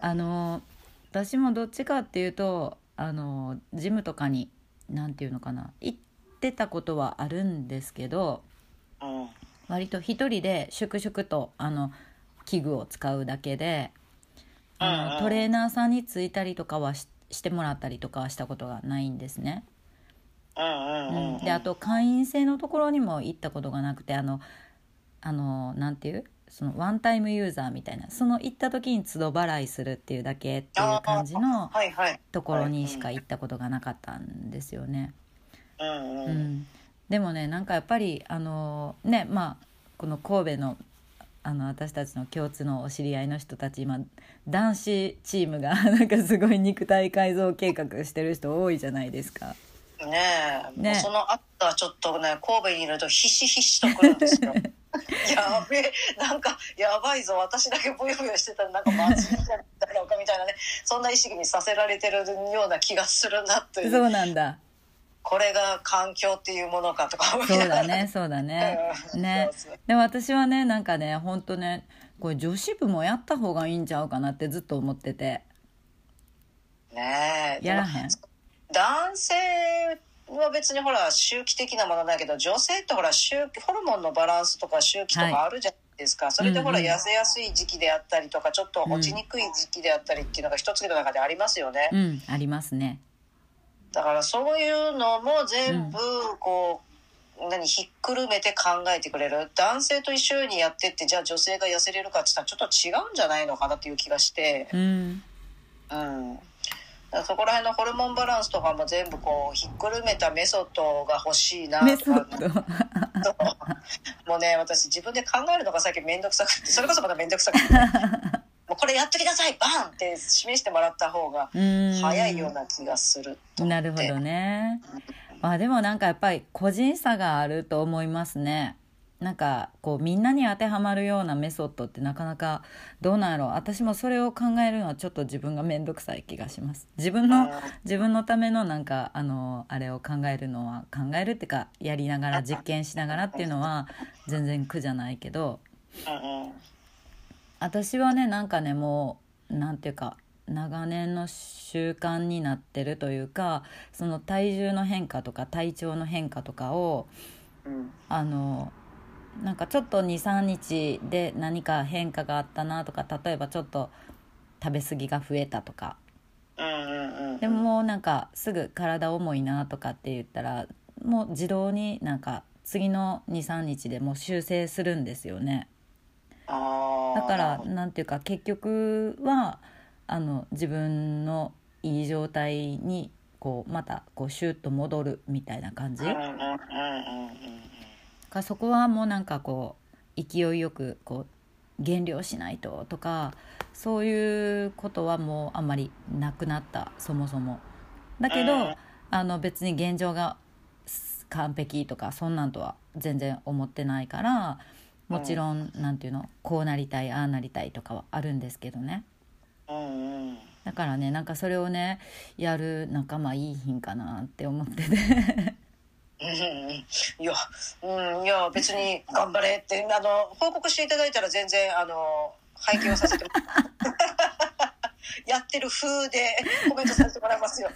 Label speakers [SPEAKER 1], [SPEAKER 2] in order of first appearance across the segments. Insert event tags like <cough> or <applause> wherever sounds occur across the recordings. [SPEAKER 1] あの私もどっちかっていうとあのジムとかになんていうのかな行ってたことはあるんですけど
[SPEAKER 2] うん
[SPEAKER 1] 割と一人で粛々とあの器具を使うだけであ
[SPEAKER 2] うんう
[SPEAKER 1] の
[SPEAKER 2] ん
[SPEAKER 1] トレーナーさんについたりとかはししてもらったりとかはしたことがないんですね。
[SPEAKER 2] うんうんうん
[SPEAKER 1] であと会員制のところにも行ったことがなくてあのあのなんていうそのワンタイムユーザーみたいなその行った時に都度払いするっていうだけっていう感じの
[SPEAKER 2] はいはい
[SPEAKER 1] ところにしか行ったことがなかったんですよね。
[SPEAKER 2] うんう
[SPEAKER 1] うんん、でもねなんかやっぱりあのねまあこの神戸のあの私たちの共通のお知り合いの人たち今男子チームが <laughs> なんかすごい肉体改造計画してる人多いじゃないですか。
[SPEAKER 2] ねえ
[SPEAKER 1] ね
[SPEAKER 2] もうそのあったはちょっとね神戸にいるとひしひしとくるんで
[SPEAKER 1] <laughs>
[SPEAKER 2] すよやべえなんかやばいぞ私だけブヨブヨしてたらなんかまずいんじゃないだろうかみたいなねそんな意識にさせられてるような気がするなっていう
[SPEAKER 1] そうなんだ
[SPEAKER 2] これが環境っていうものかとか思い
[SPEAKER 1] そう
[SPEAKER 2] ながら
[SPEAKER 1] だねそうだね
[SPEAKER 2] うん
[SPEAKER 1] ね
[SPEAKER 2] そうそう
[SPEAKER 1] で私はねなんかねほんとねこれ女子部もやった方がいいんちゃうかなってずっと思ってて
[SPEAKER 2] ねえ
[SPEAKER 1] やらへん
[SPEAKER 2] 男性は別にほら周期的なものだけど女性ってほら周期ホルモンのバランスとか周期と
[SPEAKER 1] はい
[SPEAKER 2] かあるじゃないですか、それでほら
[SPEAKER 1] うんうん
[SPEAKER 2] 痩せやすい時期であったりとかちょっと落ちにくい時期であったりっていうのが一つの中でありますよね、
[SPEAKER 1] うんありますね
[SPEAKER 2] だからそういうのも全部こう、何ひっくるめて考えてくれる男性と一緒にやってってじゃあ女性が痩せれるかって言ったらちょっと違うんじゃないのかなっていう気がして。
[SPEAKER 1] うん
[SPEAKER 2] うん、だからそこら辺のホルモンバランスとかも全部こうひっくるめたメソッドが欲しいな
[SPEAKER 1] メ
[SPEAKER 2] と
[SPEAKER 1] ソ
[SPEAKER 2] か
[SPEAKER 1] ッド
[SPEAKER 2] もうね私自分で考えるのが最近面倒くさくてそれこそまた面倒くさく
[SPEAKER 1] <laughs>
[SPEAKER 2] てもうこれやっときなさいバンって示してもらった方が
[SPEAKER 1] うん
[SPEAKER 2] <laughs> 早いような気がすると思
[SPEAKER 1] な
[SPEAKER 2] って
[SPEAKER 1] るほどねまあでもなんかやっぱり個人差があると思いますねなんかこうみんなに当てはまるようなメソッドってなかなかどうなんやろう私もそれを考えるのはちょっと自分が面倒くさい気がします自分の自分のためのなんかあのあれを考えるのは考えるってかやりながら実験しながらっていうのは全然苦じゃないけど
[SPEAKER 2] うんうん
[SPEAKER 1] 私はねなんかねもうなんていうか長年の習慣になってるというかその体重の変化とか体調の変化とかを
[SPEAKER 2] うん
[SPEAKER 1] あのなんかちょっと23日で何か変化があったなとか例えばちょっと食べ過ぎが増えたとか
[SPEAKER 2] うんうんうん
[SPEAKER 1] でももうなんかすぐ体重いなとかって言ったらもう自動になんか次の23日でもう修正するんですよね
[SPEAKER 2] あー
[SPEAKER 1] だからなんていうか結局はあの自分のいい状態にこうまたこうシュッと戻るみたいな感じ
[SPEAKER 2] うんうんうん
[SPEAKER 1] だか
[SPEAKER 2] うんうんうん
[SPEAKER 1] らそこはもうなんかこう勢いよくこう減量しないととかそういうことはもうあんまりなくなったそもそも。だけど、
[SPEAKER 2] うん
[SPEAKER 1] あの別に現状がす完璧とかそんなんとは全然思ってないからもちろん、なんていうのこうなりたいああなりたいとかはあるんですけどね
[SPEAKER 2] うんうん
[SPEAKER 1] だからねなんかそれをねやる仲間いい品かなって思ってて
[SPEAKER 2] うんいや、うん、いや、別に頑張れって、あの、報告していただいたら、全然、あの、拝見をさせても。やって <laughs> る風で、コメントさせてもらいますよ。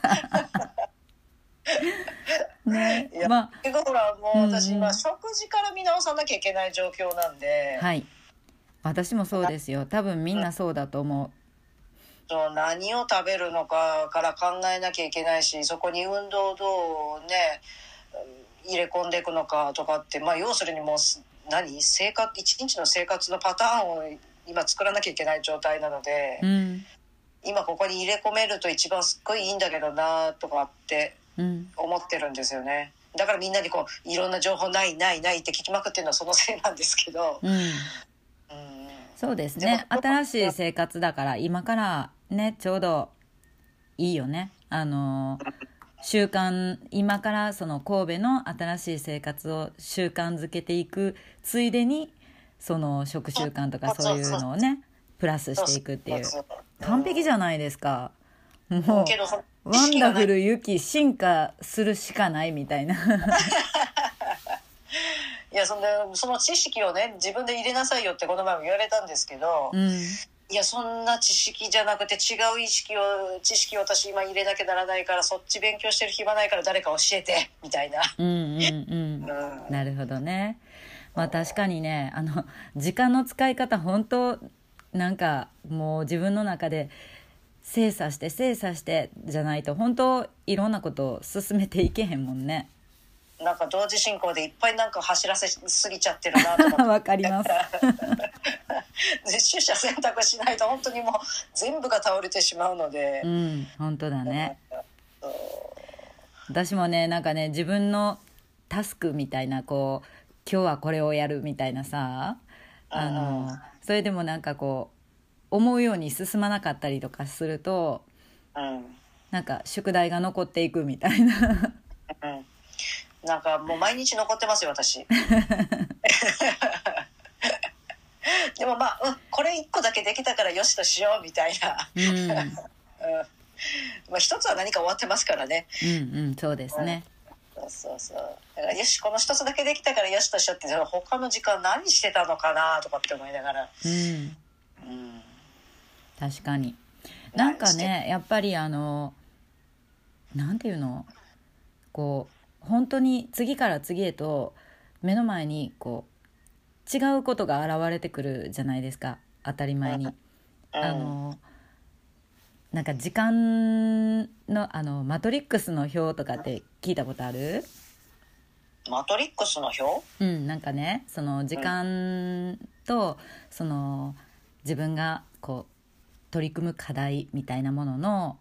[SPEAKER 1] ね
[SPEAKER 2] い
[SPEAKER 1] <laughs>
[SPEAKER 2] や
[SPEAKER 1] ま
[SPEAKER 2] で、ほら、もう、私、
[SPEAKER 1] うんうん
[SPEAKER 2] 今、食事から見直さなきゃいけない状況なんで
[SPEAKER 1] あ。はい私もそうですよ多分みんなそうだと思
[SPEAKER 2] そう何を食べるのかから考えなきゃいけないしそこに運動をどうねうん入れ込んでいくのかとかってまあ要するにもうす何生活一日の生活のパターンを今作らなきゃいけない状態なので、
[SPEAKER 1] ううん
[SPEAKER 2] 今ここに入れ込めると一番すっごいいいんだけどなとかって
[SPEAKER 1] うん
[SPEAKER 2] 思ってるんですよね。だからみんなにこういろんな情報ないないないって聞きまくってるのはそのせいなんですけど、
[SPEAKER 1] うん
[SPEAKER 2] うん、
[SPEAKER 1] そうですね
[SPEAKER 2] でも
[SPEAKER 1] 新しい生活だから今からねちょうどいいよねあの習慣今からその神戸の新しい生活を習慣づけていくついでにその食習慣とかそういうのをねプラスしていくっていう
[SPEAKER 2] そうそう
[SPEAKER 1] 完璧じゃないですかも
[SPEAKER 2] け
[SPEAKER 1] う
[SPEAKER 2] どその意
[SPEAKER 1] ワン
[SPEAKER 2] 識が
[SPEAKER 1] ダ
[SPEAKER 2] ない
[SPEAKER 1] フルユキ進化するしかないみたいな
[SPEAKER 2] いやそんでその知識をね自分で入れなさいよってこの前も言われたんですけど、
[SPEAKER 1] うん
[SPEAKER 2] いやそんな知識じゃなくて違う意識を知識を私今入れなきゃならないからそっち勉強してる暇ないから誰か教えてみたいな。
[SPEAKER 1] うんうんうん
[SPEAKER 2] うん
[SPEAKER 1] なるほどね。まあ確かにね、あの時間の使い方本当なんかもう自分の中で精査して精査してじゃないと本当いろんなことを進めていけへんもんね。 <laughs>
[SPEAKER 2] なんか同時進行でいっぱいなんか走らせすぎちゃってるなと思っ
[SPEAKER 1] わかります。 <laughs>
[SPEAKER 2] て取捨選択しないと本当にもう全部が倒れてしまうので
[SPEAKER 1] う、ん、本当だね。私もねなんかね自分のタスクみたいなこう今日はこれをやるみたいなさあのそれでもなんかこう思うように進まなかったりとかすると
[SPEAKER 2] うん
[SPEAKER 1] なんか宿題が残っていくみたいな
[SPEAKER 2] うん、なんかもう毎日残ってます
[SPEAKER 1] <laughs>
[SPEAKER 2] よ私でもまあ、うん、これ一個だけできたからよしとしようみたいな、
[SPEAKER 1] うんうん
[SPEAKER 2] うんまあ、一つは何か終わってますからね
[SPEAKER 1] うんそうですね
[SPEAKER 2] そうそうそうだからよしこの一つだけできたからよしとしようってその他の時間何してたのかなとかって思いなが
[SPEAKER 1] <laughs>
[SPEAKER 2] ら、
[SPEAKER 1] うん
[SPEAKER 2] うん、
[SPEAKER 1] 確かになんかねやっぱりあのなんていうのこう本当に次から次へと目の前にこう違うことが現れてくるじゃないですか当たり前に。
[SPEAKER 2] うん
[SPEAKER 1] あのなんか時間のあのマトリックスの表とかって聞いたことある
[SPEAKER 2] マトリックスの表
[SPEAKER 1] うん、なんかねその時間と、その自分がこう取り組む課題みたいなものの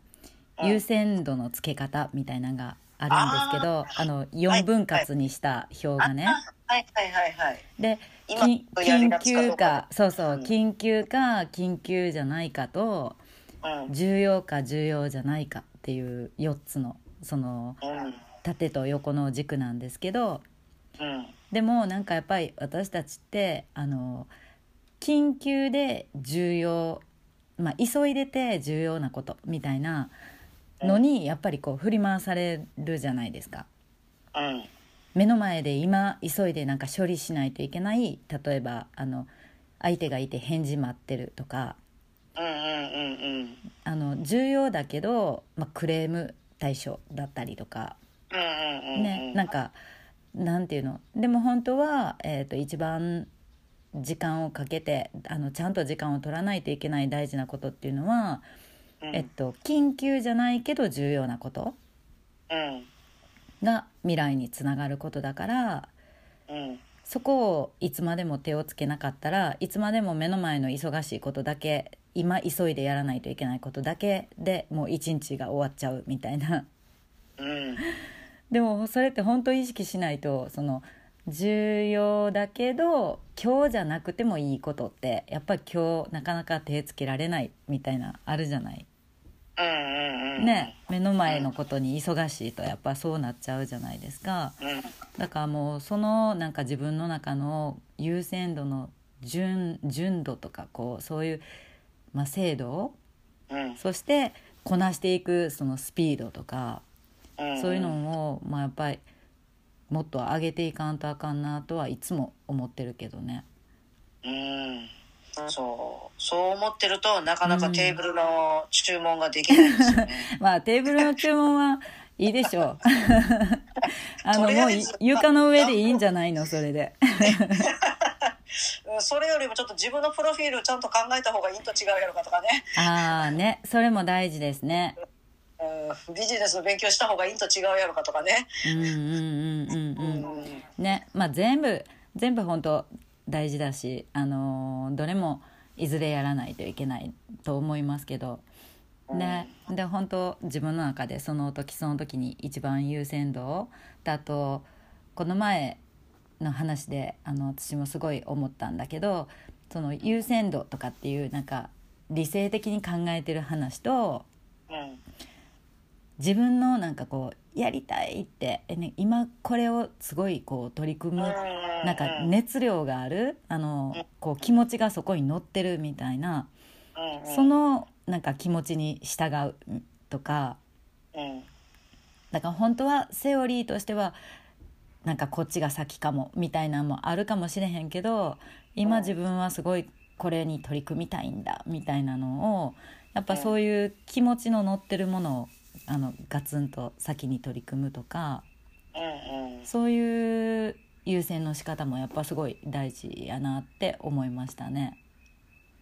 [SPEAKER 2] うん
[SPEAKER 1] 優先度のつけ方みたいなのがあるんですけど、あの4分割にした表がね。
[SPEAKER 2] あはいはいはいはい
[SPEAKER 1] で
[SPEAKER 2] 今
[SPEAKER 1] 緊
[SPEAKER 2] やりが
[SPEAKER 1] 緊
[SPEAKER 2] ちかど
[SPEAKER 1] 急
[SPEAKER 2] うか
[SPEAKER 1] かそうそう
[SPEAKER 2] うん
[SPEAKER 1] 緊急か緊急じゃないかと
[SPEAKER 2] うん
[SPEAKER 1] 重要か重要じゃないかっていう4つのその
[SPEAKER 2] うん
[SPEAKER 1] 縦と横の軸なんですけど。
[SPEAKER 2] うん
[SPEAKER 1] でもなんかやっぱり私たちってあの緊急で重要、まあ、急いでて重要なことみたいなのにやっぱりこう振り回されるじゃないですか。
[SPEAKER 2] うん
[SPEAKER 1] 目の前で今急いでなんか処理しないといけない例えばあの相手がいて返事待ってるとか
[SPEAKER 2] うんうんうんうん
[SPEAKER 1] あの重要だけど、まあ、クレーム対象だったりとか
[SPEAKER 2] うんうんうんうん
[SPEAKER 1] ね、なんかなんていうのでも本当は、えー、と一番時間をかけてあのちゃんと時間を取らないといけない大事なことっていうのは、
[SPEAKER 2] うん
[SPEAKER 1] えっと、緊急じゃないけど重要なこと
[SPEAKER 2] うん
[SPEAKER 1] が未来につながることだから
[SPEAKER 2] うん
[SPEAKER 1] そこをいつまでも手をつけなかったらいつまでも目の前の忙しいことだけ今急いでやらないといけないことだけでもう一日が終わっちゃうみたいな。
[SPEAKER 2] うん
[SPEAKER 1] でもそれって本当意識しないとその重要だけど今日じゃなくてもいいことってやっぱり今日なかなか手つけられないみたいなあるじゃない、
[SPEAKER 2] うんうん
[SPEAKER 1] ね目の前のことに忙しいとやっぱそうなっちゃうじゃないですか
[SPEAKER 2] うん
[SPEAKER 1] だからもうそのなんか自分の中の優先度の純純度とかこうそういう、まあ、精度
[SPEAKER 2] うん
[SPEAKER 1] そしてこなしていくそのスピードとか
[SPEAKER 2] うん
[SPEAKER 1] そういうのを、まあ、やっぱりもっと上げていかんとあかんなとはいつも思ってるけどね。 <laughs>
[SPEAKER 2] うんそうそう思ってるとなかなかテーブルの注文ができないんですよね、 <laughs>
[SPEAKER 1] まあテーブルの注文はいいでしょう。 <laughs> あの
[SPEAKER 2] とりあ
[SPEAKER 1] もう
[SPEAKER 2] え
[SPEAKER 1] い
[SPEAKER 2] ず
[SPEAKER 1] 床の上でいいんじゃないのそれで。 <laughs>
[SPEAKER 2] うんそれよりもちょっと自分のプロフィールちゃんと考えた方がいいんと違うやろかとかね、
[SPEAKER 1] ああねそれも大事ですね。
[SPEAKER 2] うん、ビジネスの勉強した方がいいんと違うやろかとかね、
[SPEAKER 1] うんうんうんうんうん。
[SPEAKER 2] うん
[SPEAKER 1] ねまあ全部全部本当大事だし、あのーどれもいずれやらないといけないと思いますけど。ね、で本当自分の中でその時その時に一番優先度をであとこの前の話であの私もすごい思ったんだけどその優先度とかっていうなんか理性的に考えてる話と
[SPEAKER 2] うん
[SPEAKER 1] 自分のなんかこうやりたいって、えね、今これをすごいこう取り組むなんか熱量があるあのこう気持ちがそこに乗ってるみたいな
[SPEAKER 2] うん
[SPEAKER 1] そのなんか気持ちに従うとか。
[SPEAKER 2] うん
[SPEAKER 1] だから本当はセオリーとしてはなんかこっちが先かもみたいなのもあるかもしれへんけど今自分はすごいこれに取り組みたいんだみたいなのをやっぱそういう気持ちの乗ってるものをあのガツンと先に取り組むとか
[SPEAKER 2] うんうん
[SPEAKER 1] そういう優先の仕方もやっぱすごい大事やなって思いましたね。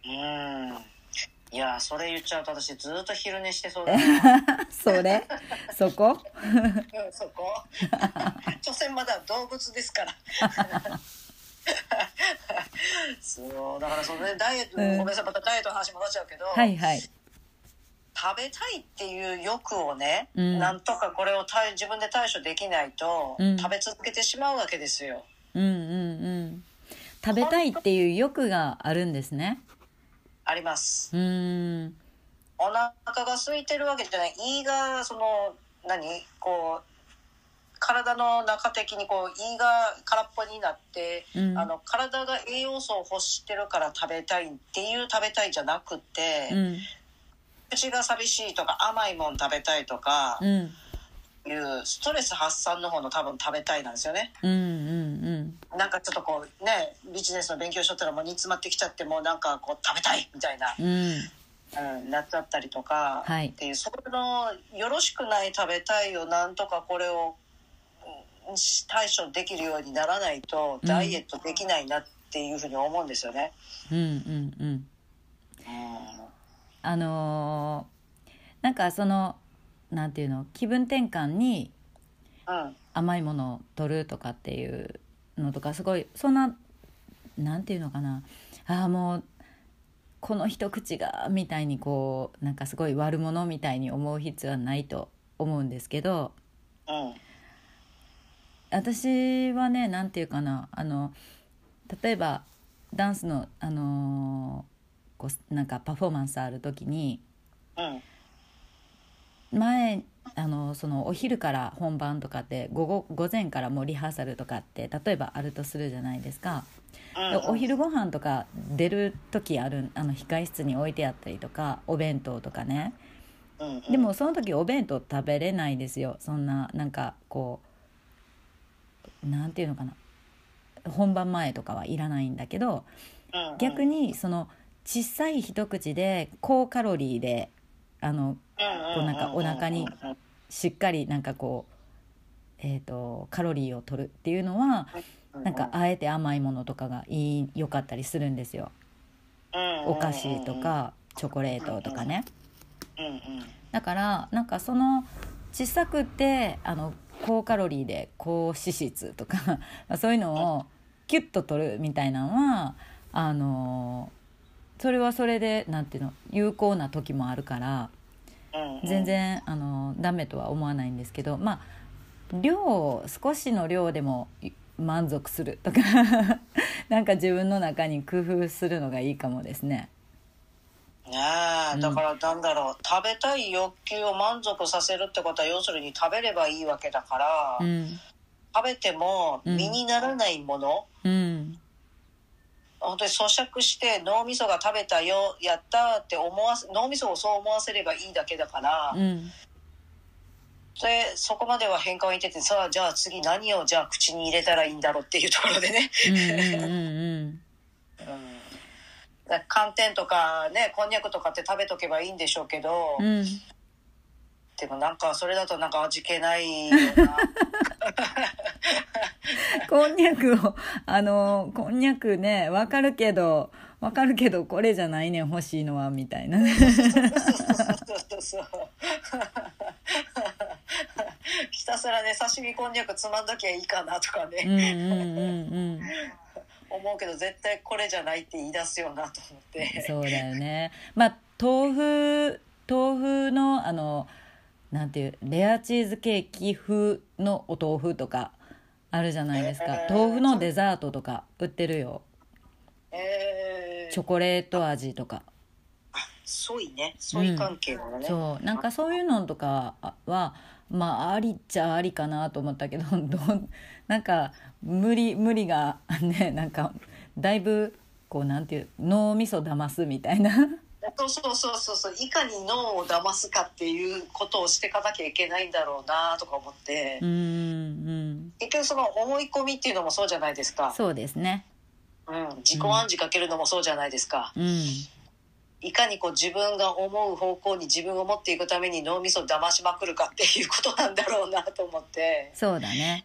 [SPEAKER 2] うんいやーそれ言っちゃうと私ずっと昼寝してそうだ
[SPEAKER 1] <laughs>
[SPEAKER 2] な
[SPEAKER 1] <laughs> それそこ
[SPEAKER 2] うんそこ <laughs> 所詮まだ動物ですからそうだからそれでダイエット、
[SPEAKER 1] うん
[SPEAKER 2] ごめんなさいまたダイエットの話戻っちゃうけど、
[SPEAKER 1] はいはい。
[SPEAKER 2] 食べたいっていう欲をね、
[SPEAKER 1] うん
[SPEAKER 2] なんとかこれを対自分で対処できないと、
[SPEAKER 1] うん
[SPEAKER 2] 食べ続けてしまうわけですよ。
[SPEAKER 1] うんうんうん。食べたいっていう欲があるんですね。
[SPEAKER 2] あります。
[SPEAKER 1] うーん。
[SPEAKER 2] お腹が空いてるわけじゃない胃がその何こう体の中的にこう胃が空っぽになって、
[SPEAKER 1] うん
[SPEAKER 2] あの体が栄養素を欲してるから食べたいっていう食べたいじゃなくて、
[SPEAKER 1] うん。
[SPEAKER 2] 口が寂しいとか甘いもん食べたいとか
[SPEAKER 1] うん。
[SPEAKER 2] いうストレス発散の方の多分食べたいなんですよね。
[SPEAKER 1] うんうんうん。
[SPEAKER 2] なんかちょっとこうねビジネスの勉強しとったらもう煮詰まってきちゃってもうなんかこう食べたいみたいな
[SPEAKER 1] うん。
[SPEAKER 2] うん、なっちゃったりとか、
[SPEAKER 1] はい
[SPEAKER 2] っていうそれのよろしくない食べたいをなんとかこれをうんし対処できるようにならないと
[SPEAKER 1] うん
[SPEAKER 2] ダイエットできないなっていうふうに思うんですよね。
[SPEAKER 1] うんうんうん。
[SPEAKER 2] う
[SPEAKER 1] あのーなんかその、なんていうの、気分転換に
[SPEAKER 2] ん、うん、
[SPEAKER 1] 甘いものを取るとかっていうのとかすごいそんななんていうのかなああもうこの一口がみたいにこうなんかすごい悪者みたいに思う必要はないと思うんですけど
[SPEAKER 2] うん、
[SPEAKER 1] 私はねなんていうかなあの例えばダンスの、あのーこうなんかパフォーマンスある時に
[SPEAKER 2] うん、
[SPEAKER 1] 前あのそのお昼から本番とかって午後午前からもうリハーサルとかって例えばあるとするじゃないですか。
[SPEAKER 2] うん
[SPEAKER 1] で、お昼ご飯とか出る時あるあの控室に置いてあったりとかお弁当とかね
[SPEAKER 2] うん、うん
[SPEAKER 1] で、もその時お弁当食べれないですよそんななんかこうなんていうのかな本番前とかはいらないんだけど
[SPEAKER 2] うんうん、
[SPEAKER 1] 逆
[SPEAKER 2] に、
[SPEAKER 1] にその小さい一口で高カロリーであのこうなんかお腹にしっかりなんかこう、えー、とカロリーを取るっていうのはなんかあえて甘いものとかがいい良かったりするんですよ。お菓子とかチョコレートとかね
[SPEAKER 2] うん、うん、
[SPEAKER 1] だからなんかその小さくてあの高カロリーで高脂質とか <laughs> そういうのをキュッと取るみたいなのはあのそれはそれでなんていうの有効な時もあるから
[SPEAKER 2] うん、うん
[SPEAKER 1] 全、然あのダメとは思わないんですけどまあ量を少しの量でもい満足するとか <laughs> なんか自分の中に工夫するのがいいかもですね。
[SPEAKER 2] ねえだからなんだろう、食べたい欲求を満足させるってことは要するに食べればいいわけだから、
[SPEAKER 1] うん
[SPEAKER 2] 食べても
[SPEAKER 1] うん
[SPEAKER 2] 身にならないもの、
[SPEAKER 1] うん
[SPEAKER 2] 本当に咀嚼して脳みそが食べたよやったって思わせ脳みそをそう思わせればいいだけだから、
[SPEAKER 1] うん
[SPEAKER 2] でそこまでは変換を言っててさあじゃあ次何をじゃあ口に入れたらいいんだろうっていうところでね、
[SPEAKER 1] うんうんうん
[SPEAKER 2] うん、だから寒天とかねこんにゃくとかって食べとけばいいんでしょうけど、
[SPEAKER 1] うんうん
[SPEAKER 2] でもなんかそれだとなんか味気ないような
[SPEAKER 1] こんにゃくをあのこんにゃくねわかるけどわかるけどこれじゃないねん欲しいのはみたいな
[SPEAKER 2] そうそうそうひたすらね刺身こんにゃくつまんどきゃいいかなとかね、
[SPEAKER 1] うんうんうんうん
[SPEAKER 2] 思うけど絶対これじゃないって言い出すよなと思って
[SPEAKER 1] そうだよねまあ豆腐豆腐のあのなんていうレアチーズケーキ風のお豆腐とかあるじゃないですか
[SPEAKER 2] えー
[SPEAKER 1] 豆腐のデザートとか売ってるよ
[SPEAKER 2] え
[SPEAKER 1] チョ
[SPEAKER 2] ー、
[SPEAKER 1] コレート味とか
[SPEAKER 2] ソイねソイ関係なのね、
[SPEAKER 1] そうなんかそういうのとかはまあありっちゃありかなと思ったけど <laughs> どうなんか無理無理がねなんかだいぶこうなんていう脳みそ騙すみたいな
[SPEAKER 2] そうそうそうそうそういかに脳を騙すかっていうことをしていかなきゃいけないんだろうなとか思って、
[SPEAKER 1] うんうん <laughs>
[SPEAKER 2] 結局その思い込みっていうのもそうじゃないですか
[SPEAKER 1] そうですね
[SPEAKER 2] うん、自己暗示かけるのもそうじゃないですか、
[SPEAKER 1] うん
[SPEAKER 2] いかにこう自分が思う方向に自分を持っていくために脳みそを騙しまくるかっていうことなんだろうなと思って
[SPEAKER 1] そうだね